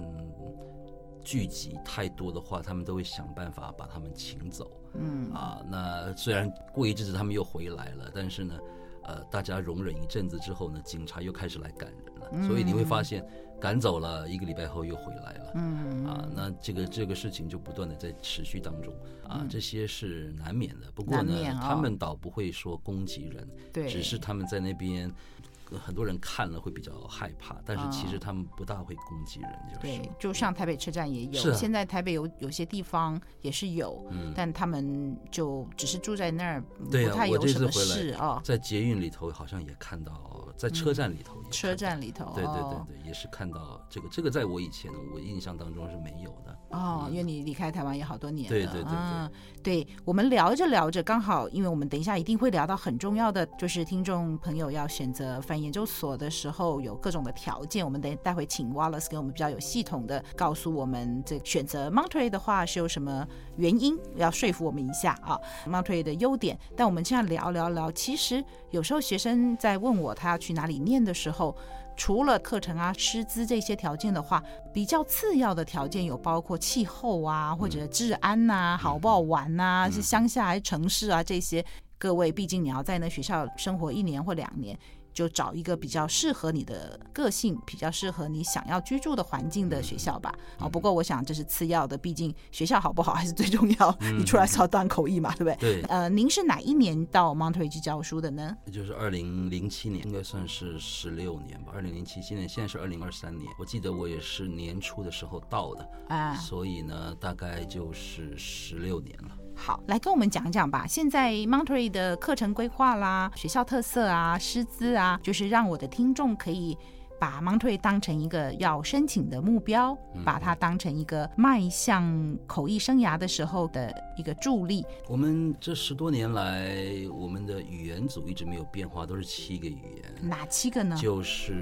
[SPEAKER 2] 聚集太多的话，他们都会想办法把他们请走，
[SPEAKER 1] 嗯
[SPEAKER 2] 啊，那虽然过一阵子他们又回来了，但是呢，呃，大家容忍一阵子之后呢，警察又开始来赶人了，所以你会发现赶走了一个礼拜后又回来了，
[SPEAKER 1] 嗯
[SPEAKER 2] 啊，那这个这个事情就不断的在持续当中啊，这些是难免的。不
[SPEAKER 1] 嗯
[SPEAKER 2] 过
[SPEAKER 1] 难
[SPEAKER 2] 呢
[SPEAKER 1] 免，
[SPEAKER 2] 他
[SPEAKER 1] 哦
[SPEAKER 2] 们倒不会说攻击人，
[SPEAKER 1] 对，
[SPEAKER 2] 只是他们在那边，呃很多人看了会比较害怕，但是其
[SPEAKER 1] 啊
[SPEAKER 2] 实他们不大会攻击人，就是
[SPEAKER 1] 对，就像台北车站也
[SPEAKER 2] 是
[SPEAKER 1] 有，
[SPEAKER 2] 啊
[SPEAKER 1] 现在台北有有些地方也是有，
[SPEAKER 2] 嗯
[SPEAKER 1] 但他们就只是住在那儿，
[SPEAKER 2] 对
[SPEAKER 1] 不
[SPEAKER 2] 啊
[SPEAKER 1] 太
[SPEAKER 2] 我
[SPEAKER 1] 有
[SPEAKER 2] 这
[SPEAKER 1] 什
[SPEAKER 2] 次
[SPEAKER 1] 么
[SPEAKER 2] 回来
[SPEAKER 1] 事哦。
[SPEAKER 2] 在捷运里头好像也看到，在车站里头也看
[SPEAKER 1] 嗯车
[SPEAKER 2] 到
[SPEAKER 1] 站。里头，
[SPEAKER 2] 对对
[SPEAKER 1] 哦
[SPEAKER 2] 对对，也是看到这个，这个在我以前我印象当中是没有的。
[SPEAKER 1] 哦，因为你离开台湾也好多年了，
[SPEAKER 2] 嗯对对对对
[SPEAKER 1] 啊对我们聊着聊着，刚好，因为我们等一下一定会聊到很重要的，就是听众朋友要选择翻转研究所的时候有各种的条件，我们等待会请 Wallace 给我们比较有系统的告诉我们，这选择 Monterey 的话是有什么原因，要说服我们一下啊，Monterey 的优点。但我们现在聊聊聊，其实有时候学生在问我他要去哪里念的时候。除了课程啊、师资这些条件的话，比较次要的条件有包括气候啊，或者治安呐、好不好玩呐、是乡下还是城市啊这些。各位，毕竟你要在那学校生活一年或两年，就找一个比较适合你的个性、比较适合你想要居住的环境的学校吧。啊，不过我想这是次要的，毕竟学校好不好还是最重要。你出来是要当口译嘛，对不对？
[SPEAKER 2] 对，
[SPEAKER 1] 呃，您是哪一年到 Monterey 去教书的呢？
[SPEAKER 2] 就是二零零七年，应该算是十六年吧。二零零七，现在现在是二零二三年。我记得我也是年初的时候到的，
[SPEAKER 1] 啊、
[SPEAKER 2] 所以呢，大概就是十六年了。
[SPEAKER 1] 好，来跟我们讲讲吧。现在 Monterey 的课程规划啦、学校特色啊、师资啊，就是让我的听众可以把 Monterey 当成一个要申请的目标，
[SPEAKER 2] 嗯
[SPEAKER 1] 把它当成一个迈向口译生涯的时候的一个助力。
[SPEAKER 2] 我们这十多年来，我们的语言组一直没有变化，都是七个语言，
[SPEAKER 1] 哪七个呢？
[SPEAKER 2] 就是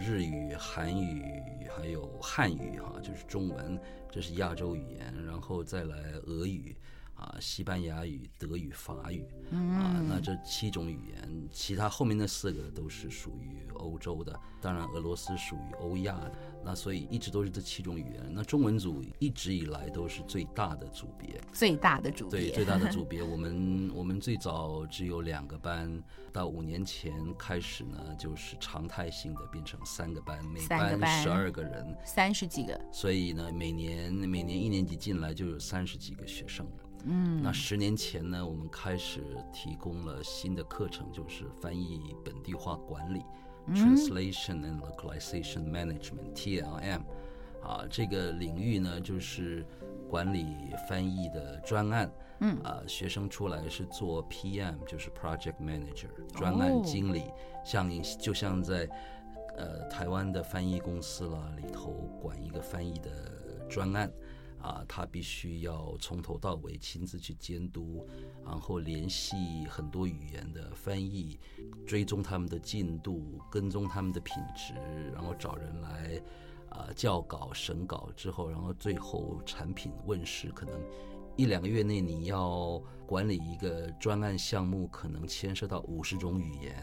[SPEAKER 2] 日语、韩语，还有汉语哈，就是中文，这是亚洲语言，然后再来俄语。啊，西班牙语、德语、法语，啊，那这七种语言，其他后面那四个都是属于欧洲的，当然俄罗斯属于欧亚的，那所以一直都是这七种语言。那中文组一直以来都是最大的组别，
[SPEAKER 1] 最大的主
[SPEAKER 2] 对
[SPEAKER 1] 别。
[SPEAKER 2] 最大 的组别，我们我们最早只有两个班，到五年前开始呢，就是常态性的变成三个班，每
[SPEAKER 1] 三个班
[SPEAKER 2] 十二个人，
[SPEAKER 1] 三十几个，
[SPEAKER 2] 所以呢，每年每年一年级进来就有三十几个学生。嗯，那十年前呢，我们开始提供了新的课程，就是翻译本地化管理、（Translation and Localization Management，TLM）。啊，这个领域呢，就是管理翻译的专案。嗯，啊，学生出来是做 PM，就是 Project Manager，专案经理，像就像在呃台湾的翻译公司啦里头管一个翻译的专案，啊，他必须要从头到尾亲自去监督，然后联系很多语言的翻译，追踪他们的进度，跟踪他们的品质，然后找人来。啊，校稿、审稿之后，然后最后产品问世，可能一两个月内你要管理一个专案项目，可能牵涉到五十种语言，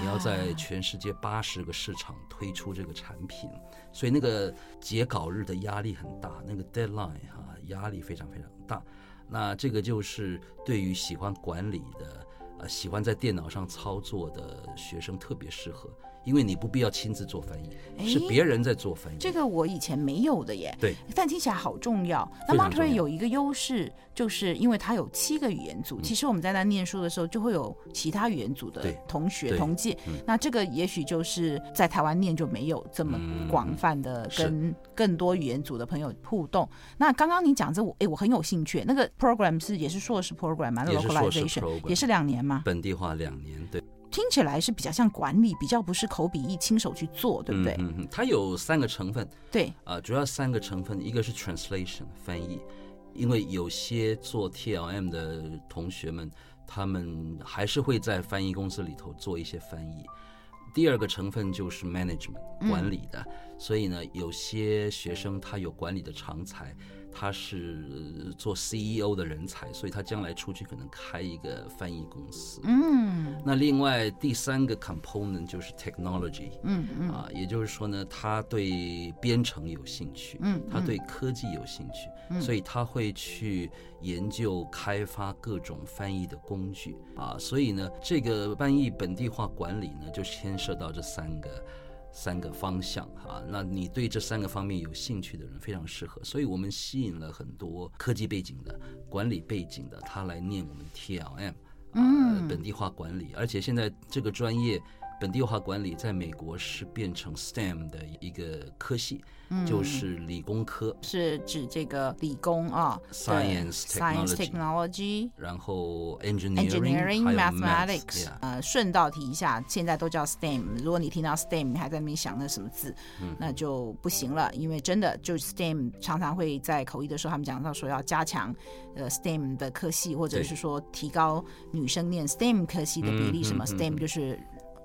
[SPEAKER 2] 你要在全世界八十个市场推出这个产品，所以那个截稿日的压力很大，那个 deadline 哈、压力非常非常大。那这个就是对于喜欢管理的。呃，喜欢在电脑上操作的学生特别适合，因为你不必要亲自做翻译，是
[SPEAKER 1] 诶
[SPEAKER 2] 别人在做翻译。
[SPEAKER 1] 这个我以前没有的耶。
[SPEAKER 2] 对，
[SPEAKER 1] 但听起来好重要。那
[SPEAKER 2] 非常
[SPEAKER 1] Monterey
[SPEAKER 2] 重要
[SPEAKER 1] 有一个优势，就是因为它有七个语言组。其实我们在那念书的时候，就会有其他语言组的
[SPEAKER 2] 嗯对
[SPEAKER 1] 同学
[SPEAKER 2] 对嗯
[SPEAKER 1] 同届。那这个也许就是在台湾念就没有这么广泛的
[SPEAKER 2] 嗯是
[SPEAKER 1] 跟更多语言组的朋友互动。那刚刚你讲这，我哎，我很有兴趣。那个 program 是也是硕士 program 嘛？那
[SPEAKER 2] 也是硕士
[SPEAKER 1] localization
[SPEAKER 2] program
[SPEAKER 1] 也是两年嘛？
[SPEAKER 2] 本地化两年，对，
[SPEAKER 1] 听起来是比较像管理，比较不是口笔译亲手去做，对不对？
[SPEAKER 2] 嗯嗯嗯，它有三个成分
[SPEAKER 1] 对，
[SPEAKER 2] 啊、主要三个成分，一个是 translation 翻译，因为有些做 TLM 的同学们，他们还是会在翻译公司里头做一些翻译。第二个成分就是 management 管理的，所以呢，有些学生他有管理的长才，他是呃做 CEO 的人才，所以他将来出去可能开一个翻译公司。
[SPEAKER 1] 嗯
[SPEAKER 2] 那另外第三个 component 就是 technology，
[SPEAKER 1] 嗯嗯
[SPEAKER 2] 啊，也就是说呢，他对编程有兴趣，
[SPEAKER 1] 嗯
[SPEAKER 2] 他对科技有兴趣，所以他会去研究开发各种翻译的工具啊，所以呢，这个翻译本地化管理呢，就牵涉到这三个。三个方向啊，那你对这三个方面有兴趣的人非常适合，所以我们吸引了很多科技背景的、管理背景的，他来念我们 TLM，啊，
[SPEAKER 1] 嗯
[SPEAKER 2] 本地化管理，而且现在这个专业本地化管理在美国是变成 STEM 的一个科系，
[SPEAKER 1] 嗯
[SPEAKER 2] 就是理工科，
[SPEAKER 1] 是指这个理工啊
[SPEAKER 2] Science,
[SPEAKER 1] 对 science technology
[SPEAKER 2] technology。
[SPEAKER 1] 嗯
[SPEAKER 2] 然后 engineering,
[SPEAKER 1] Engineering,
[SPEAKER 2] 还有
[SPEAKER 1] mathematics，
[SPEAKER 2] yeah
[SPEAKER 1] 呃，顺道提一下，现在都叫 STEM。如果你听到 STEM，你还在那边想那什么字，
[SPEAKER 2] 嗯
[SPEAKER 1] 那就不行了，因为真的就 STEM 常常会在口译的时候，他们讲到说要加强呃 STEM 的科系，或者
[SPEAKER 2] 对
[SPEAKER 1] 是说提高女生念 STEM 科系的比例，
[SPEAKER 2] 嗯
[SPEAKER 1] 什么
[SPEAKER 2] 嗯嗯
[SPEAKER 1] STEM 就是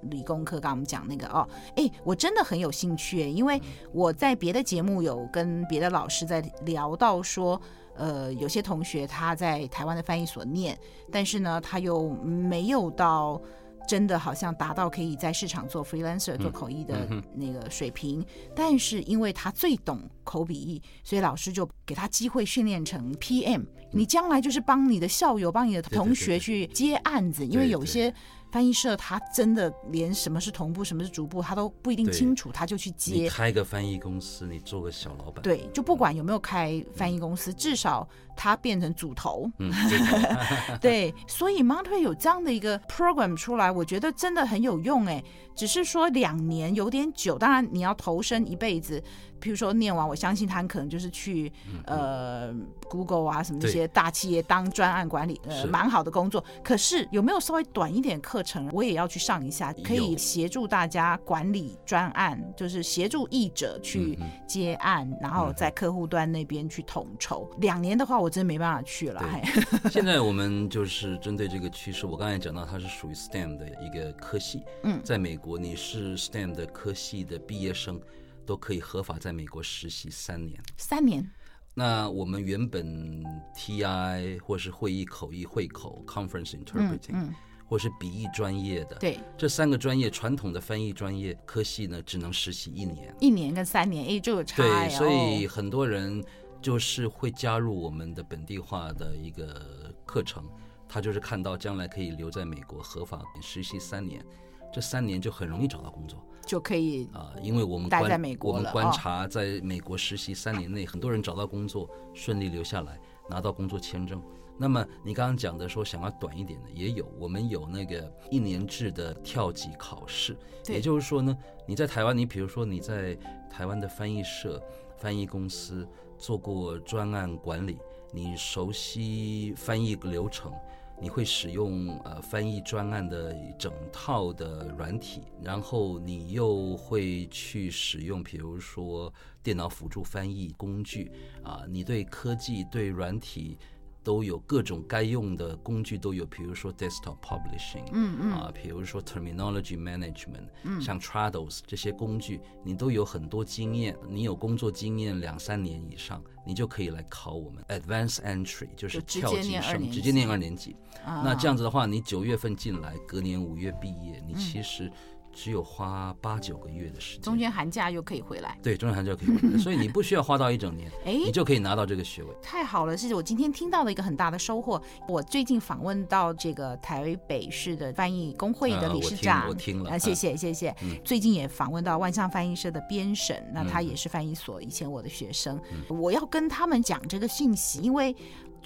[SPEAKER 1] 理工科，刚刚我们讲那个哦，哎，我真的很有兴趣耶，因为我在别的节目有跟别的老师在聊到说，呃，有些同学他在台湾的翻译所念，但是呢，他又没有到。真的好像达到可以在市场做
[SPEAKER 2] 嗯
[SPEAKER 1] freelancer 做口译的那个水平，但是因为他最懂口笔译，所以老师就给他机会训练成 PM。你将来就是帮你的校友、帮你的
[SPEAKER 2] 嗯对对
[SPEAKER 1] 同学
[SPEAKER 2] 对
[SPEAKER 1] 去接案子，因为
[SPEAKER 2] 对
[SPEAKER 1] 有
[SPEAKER 2] 对
[SPEAKER 1] 些翻译社他真的连什么是同步、什么是逐步，他都不一定
[SPEAKER 2] 对
[SPEAKER 1] 清楚，他就去
[SPEAKER 2] 你
[SPEAKER 1] 接。
[SPEAKER 2] 开个翻译公司，你做个小老板，，
[SPEAKER 1] 对，就不管有没有开翻译公司，至少他变成主头，
[SPEAKER 2] 嗯，这个
[SPEAKER 1] 对，所以 Monterey 有这样的一个 program 出来，我觉得真的很有用哎。只是说两年有点久，当然你要投身一辈子，譬如说念完，我相信他很可能就是去、呃 Google 啊什么这
[SPEAKER 2] 嗯对
[SPEAKER 1] 些大企业当专案管理，呃，
[SPEAKER 2] 是
[SPEAKER 1] 蛮好的工作。可是有没有稍微短一点课程，我也要去上一下，可以
[SPEAKER 2] 有
[SPEAKER 1] 协助大家管理专案，就是协助译者
[SPEAKER 2] 嗯
[SPEAKER 1] 去接案，然后在客户端那边去统筹。两年的话，我真没办法去了。
[SPEAKER 2] 对
[SPEAKER 1] 嘿
[SPEAKER 2] 现在我们就是针对这个趋势，我刚才讲到它是属于 STEM 的一个科系，
[SPEAKER 1] 嗯
[SPEAKER 2] 在美国你是 STEM 的科系的毕业生，都可以合法在美国实习三年。
[SPEAKER 1] 三年。
[SPEAKER 2] 那我们原本 TI 或是会议口译会口 conference interpreting，、
[SPEAKER 1] 嗯
[SPEAKER 2] 或是笔译专业的，
[SPEAKER 1] 对，
[SPEAKER 2] 这三个专业传统的翻译专业科系呢，只能实习一年。
[SPEAKER 1] 一年跟三年，哎，就有差、哎
[SPEAKER 2] 对，
[SPEAKER 1] 哦。
[SPEAKER 2] 所以很多人就是会加入我们的本地化的一个课程，他就是看到将来可以留在美国合法实习三年，这三年就很容易找到工作
[SPEAKER 1] 就可以
[SPEAKER 2] 啊、因为我们
[SPEAKER 1] 待
[SPEAKER 2] 观
[SPEAKER 1] 在美国
[SPEAKER 2] 我们
[SPEAKER 1] 了
[SPEAKER 2] 观
[SPEAKER 1] 哦
[SPEAKER 2] 察在美国实习三年内，很多人找到工作顺利留下来，拿到工作签证。那么你刚刚讲的说想要短一点的也有，我们有那个一年制的跳级考试，
[SPEAKER 1] 对
[SPEAKER 2] 也就是说呢，你在台湾，你比如说你在台湾的翻译社、翻译公司做过专案管理，你熟悉翻译流程，你会使用呃翻译专案的整套的软体，然后你又会去使用，比如说电脑辅助翻译工具啊、你对科技、对软体。都有各种该用的工具都有，比如说 desktop publishing，嗯嗯，啊，比如说 terminology management，嗯，像 Trados 这些工具，你都有很多经验，你有工作经验两三年以上，你就可以来考我们 advanced entry，就是
[SPEAKER 1] 就直接
[SPEAKER 2] 跳级
[SPEAKER 1] 念二
[SPEAKER 2] 生，
[SPEAKER 1] 年
[SPEAKER 2] 直
[SPEAKER 1] 级
[SPEAKER 2] 接念二年级。
[SPEAKER 1] 啊，
[SPEAKER 2] 那这样子的话，你九月份进来，隔年五月毕业，你其实只有花八九个月的时间。
[SPEAKER 1] 中间寒假又可以回来，
[SPEAKER 2] 对中间寒假可以回来，所以你不需要花到一整年，
[SPEAKER 1] 哎，
[SPEAKER 2] 你就可以拿到这个学位。
[SPEAKER 1] 太好了！是我今天听到的一个很大的收获。我最近访问到这个台北市的翻译工会的
[SPEAKER 2] 啊
[SPEAKER 1] 理
[SPEAKER 2] 我
[SPEAKER 1] 事
[SPEAKER 2] 听
[SPEAKER 1] 长，
[SPEAKER 2] 我听了嗯
[SPEAKER 1] 啊，谢谢谢谢。最近也访问到万象翻译社的编审，那他也是翻译所以前我的学生，
[SPEAKER 2] 嗯
[SPEAKER 1] 我要跟他们讲这个讯息，因为。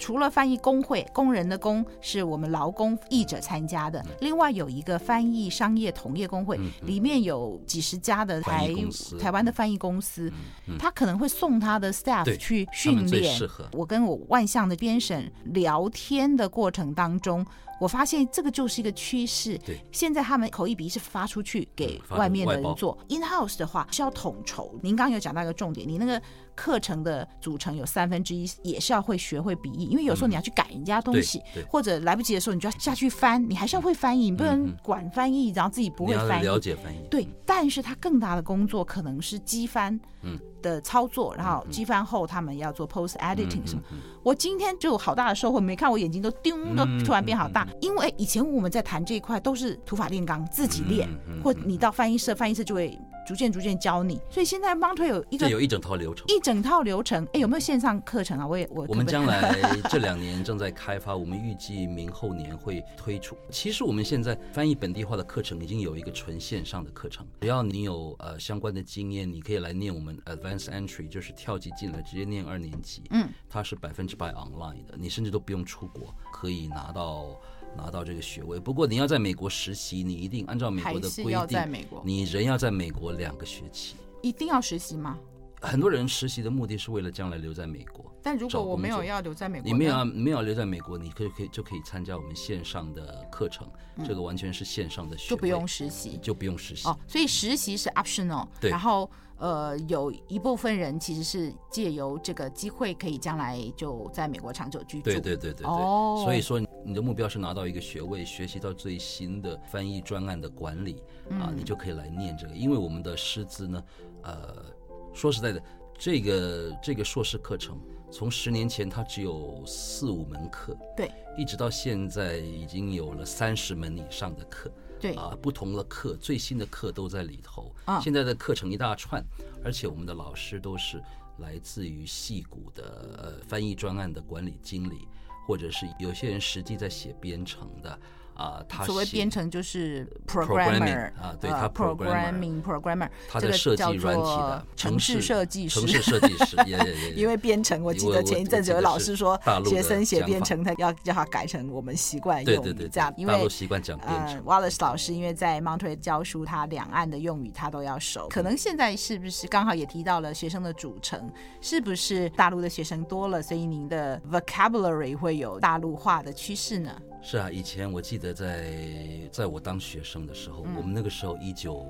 [SPEAKER 1] 除了翻译工会，工人的工是我们劳工译者参加
[SPEAKER 2] 嗯
[SPEAKER 1] 的，另外有一个翻译商业同业工会，里面有几十家的
[SPEAKER 2] 翻
[SPEAKER 1] 台
[SPEAKER 2] 译公司嗯
[SPEAKER 1] 台湾的翻译公司，他可能会送他的 staff
[SPEAKER 2] 对
[SPEAKER 1] 去
[SPEAKER 2] 他们
[SPEAKER 1] 训
[SPEAKER 2] 最
[SPEAKER 1] 练
[SPEAKER 2] 适合，
[SPEAKER 1] 我跟我万象的编审聊天的过程当中，我发现这个就是一个趋势。
[SPEAKER 2] 对，
[SPEAKER 1] 现在他们口译笔是发出去给
[SPEAKER 2] 嗯发
[SPEAKER 1] 外面的
[SPEAKER 2] 外包
[SPEAKER 1] 人做，in house 的话是要统筹。您刚刚有讲到一个重点，你那个课程的组成有三分之一也是要会学会笔译，因为有时候你要去改人家东西，
[SPEAKER 2] 嗯对对
[SPEAKER 1] 或者来不及的时候你就要下去翻，你还是要会翻译，你不能管翻译，然后自己不
[SPEAKER 2] 你
[SPEAKER 1] 会
[SPEAKER 2] 要
[SPEAKER 1] 翻译。
[SPEAKER 2] 了解翻译，
[SPEAKER 1] 对，但是他更大的工作可能是机翻的操作，然后机翻后他们要做 post
[SPEAKER 2] 嗯
[SPEAKER 1] editing 什么。我今天就有好大的收获，没看我眼睛都叮都
[SPEAKER 2] 嗯
[SPEAKER 1] 突然变好大，因为以前我们在谈这一块都是土法炼钢，自己练，
[SPEAKER 2] 嗯
[SPEAKER 1] 或你到翻译社，翻译社就会逐渐逐渐教你。所以现在 m o n t e 有一
[SPEAKER 2] 这
[SPEAKER 1] 个
[SPEAKER 2] 有一整套流程。
[SPEAKER 1] 一整套流程，哎，有没有线上课程啊？我也我
[SPEAKER 2] 我
[SPEAKER 1] 可
[SPEAKER 2] 们
[SPEAKER 1] 不
[SPEAKER 2] 将 来这两年正在开发，我们预计明后年会推出。其实我们现在翻译本地化的课程已经有一个纯线上的课程，只要你有呃相关的经验，你可以来念我们 Advanced Entry，就是跳级进来直接念二年级。嗯，它是百分之百 online 的，你甚至都不用出国，可以拿到。拿到这个学位，不过你要在美国实习，你一定按照美国的
[SPEAKER 1] 还是
[SPEAKER 2] 规
[SPEAKER 1] 要在
[SPEAKER 2] 定，
[SPEAKER 1] 美国
[SPEAKER 2] 你人要在美国两个学期。
[SPEAKER 1] 一定要实习吗？
[SPEAKER 2] 很多人实习的目的是为了将来留在美国，
[SPEAKER 1] 但如
[SPEAKER 2] 找
[SPEAKER 1] 果我
[SPEAKER 2] 工
[SPEAKER 1] 没有
[SPEAKER 2] 作
[SPEAKER 1] 要留在美国，
[SPEAKER 2] 你没有要没有留在美国，你可以可以就可以参加我们线上的课程，这个完全是线上的学
[SPEAKER 1] 嗯
[SPEAKER 2] 位，
[SPEAKER 1] 就不用实习。
[SPEAKER 2] 就不用实习。
[SPEAKER 1] 哦哦，所以实习是 optional，
[SPEAKER 2] 对
[SPEAKER 1] 然后呃，有一部分人其实是借由这个机会，可以将来就在美国长久居住。
[SPEAKER 2] 对对对对对。
[SPEAKER 1] 哦
[SPEAKER 2] 所以说，你的目标是拿到一个学位，学习到最新的翻译专案的管理
[SPEAKER 1] 嗯
[SPEAKER 2] 啊，你就可以来念这个。因为我们的师资呢，呃，说实在的，这个这个硕士课程从十年前它只有四五门课，
[SPEAKER 1] 对
[SPEAKER 2] 一直到现在已经有了三十门以上的课。
[SPEAKER 1] 对
[SPEAKER 2] 啊，不同的课，最新的课都在里头。
[SPEAKER 1] 啊
[SPEAKER 2] 现在的课程一大串，而且我们的老师都是来自于戏骨的呃翻译专案的管理经理，或者是有些人实际在写编程的啊，他
[SPEAKER 1] 所谓
[SPEAKER 2] 写
[SPEAKER 1] 编程就是
[SPEAKER 2] programming，
[SPEAKER 1] programmer
[SPEAKER 2] 啊对他
[SPEAKER 1] 呃 programming
[SPEAKER 2] programmer
[SPEAKER 1] programmer，
[SPEAKER 2] 他
[SPEAKER 1] 这
[SPEAKER 2] 在
[SPEAKER 1] 个
[SPEAKER 2] 设计
[SPEAKER 1] 叫
[SPEAKER 2] 软体
[SPEAKER 1] 做
[SPEAKER 2] 的
[SPEAKER 1] 城市设计
[SPEAKER 2] 城
[SPEAKER 1] 师
[SPEAKER 2] 市。设计师，也也 也，
[SPEAKER 1] 因为编程，我记
[SPEAKER 2] 因为
[SPEAKER 1] 得
[SPEAKER 2] 我
[SPEAKER 1] 前一阵子有老师说
[SPEAKER 2] 我记得是大，陆的
[SPEAKER 1] 学生写
[SPEAKER 2] 讲法
[SPEAKER 1] 编程，他要叫他改成我们习惯
[SPEAKER 2] 对
[SPEAKER 1] 用
[SPEAKER 2] 对
[SPEAKER 1] 语
[SPEAKER 2] 对，
[SPEAKER 1] 这样，
[SPEAKER 2] 对
[SPEAKER 1] 因
[SPEAKER 2] 大
[SPEAKER 1] 为
[SPEAKER 2] 陆习惯讲编
[SPEAKER 1] 呃
[SPEAKER 2] 程，
[SPEAKER 1] ，Wallace 老师因为在 Monterey 教书，他两岸的用语他都要熟。可能现在是不是刚好也提到了学生的组成，是不是大陆的学生多了，所以您的 vocabulary 会有大陆化的趋势呢？
[SPEAKER 2] 是啊，以前我记得在在我当学生的时候，我们那个时候一九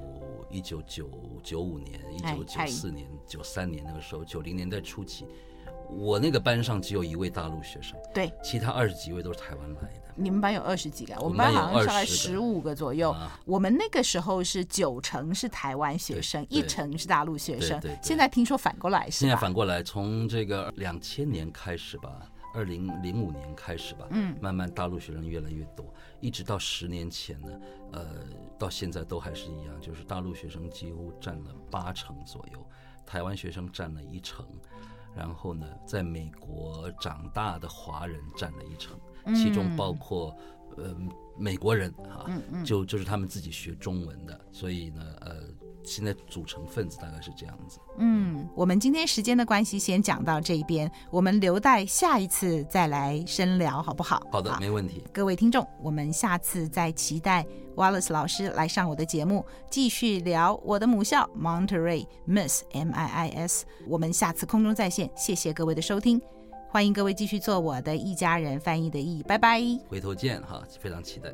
[SPEAKER 2] 一九九九五年、一
[SPEAKER 1] 哎
[SPEAKER 2] 九
[SPEAKER 1] 哎
[SPEAKER 2] 九四年、九三年那个时候，九零年代初期，我那个班上只有一位大陆学生，
[SPEAKER 1] 对，
[SPEAKER 2] 其他二十几位都是台湾来的。
[SPEAKER 1] 你们班有二十几个，我
[SPEAKER 2] 我
[SPEAKER 1] 们
[SPEAKER 2] 们
[SPEAKER 1] 班
[SPEAKER 2] 班有
[SPEAKER 1] 好像大概
[SPEAKER 2] 20
[SPEAKER 1] 十
[SPEAKER 2] 个
[SPEAKER 1] 五个左右。
[SPEAKER 2] 啊
[SPEAKER 1] 我们那个时候是九成是台湾学生，
[SPEAKER 2] 对
[SPEAKER 1] 一成是大陆学生
[SPEAKER 2] 对对对。
[SPEAKER 1] 现在听说反过来是
[SPEAKER 2] 现在
[SPEAKER 1] 吧？
[SPEAKER 2] 反过来，从这个两千年开始吧，二零零五年开始吧，嗯，慢慢大陆学生越来越多，一直到十年前呢，呃，到现在都还是一样，就是大陆学生几乎占了八成左右，台湾学生占了一成，然后呢，在美国长大的华人占了一成，其中包括、呃美国人啊，就就是他们自己学中文的，所以呢，呃，现在组成分子大概是这样子。
[SPEAKER 1] 嗯，我们今天时间的关系，先讲到这边，我们留待下一次再来深聊，好不好？
[SPEAKER 2] 好的，没问题。
[SPEAKER 1] 各位听众，我们下次再期待 Wallace 老师来上我的节目，继续聊我的母校 Monterey Miss M I I S。我们下次空中再见，谢谢各位的收听，欢迎各位继续做我的一家人翻译的意，拜拜。
[SPEAKER 2] 回头见哈，非常期待。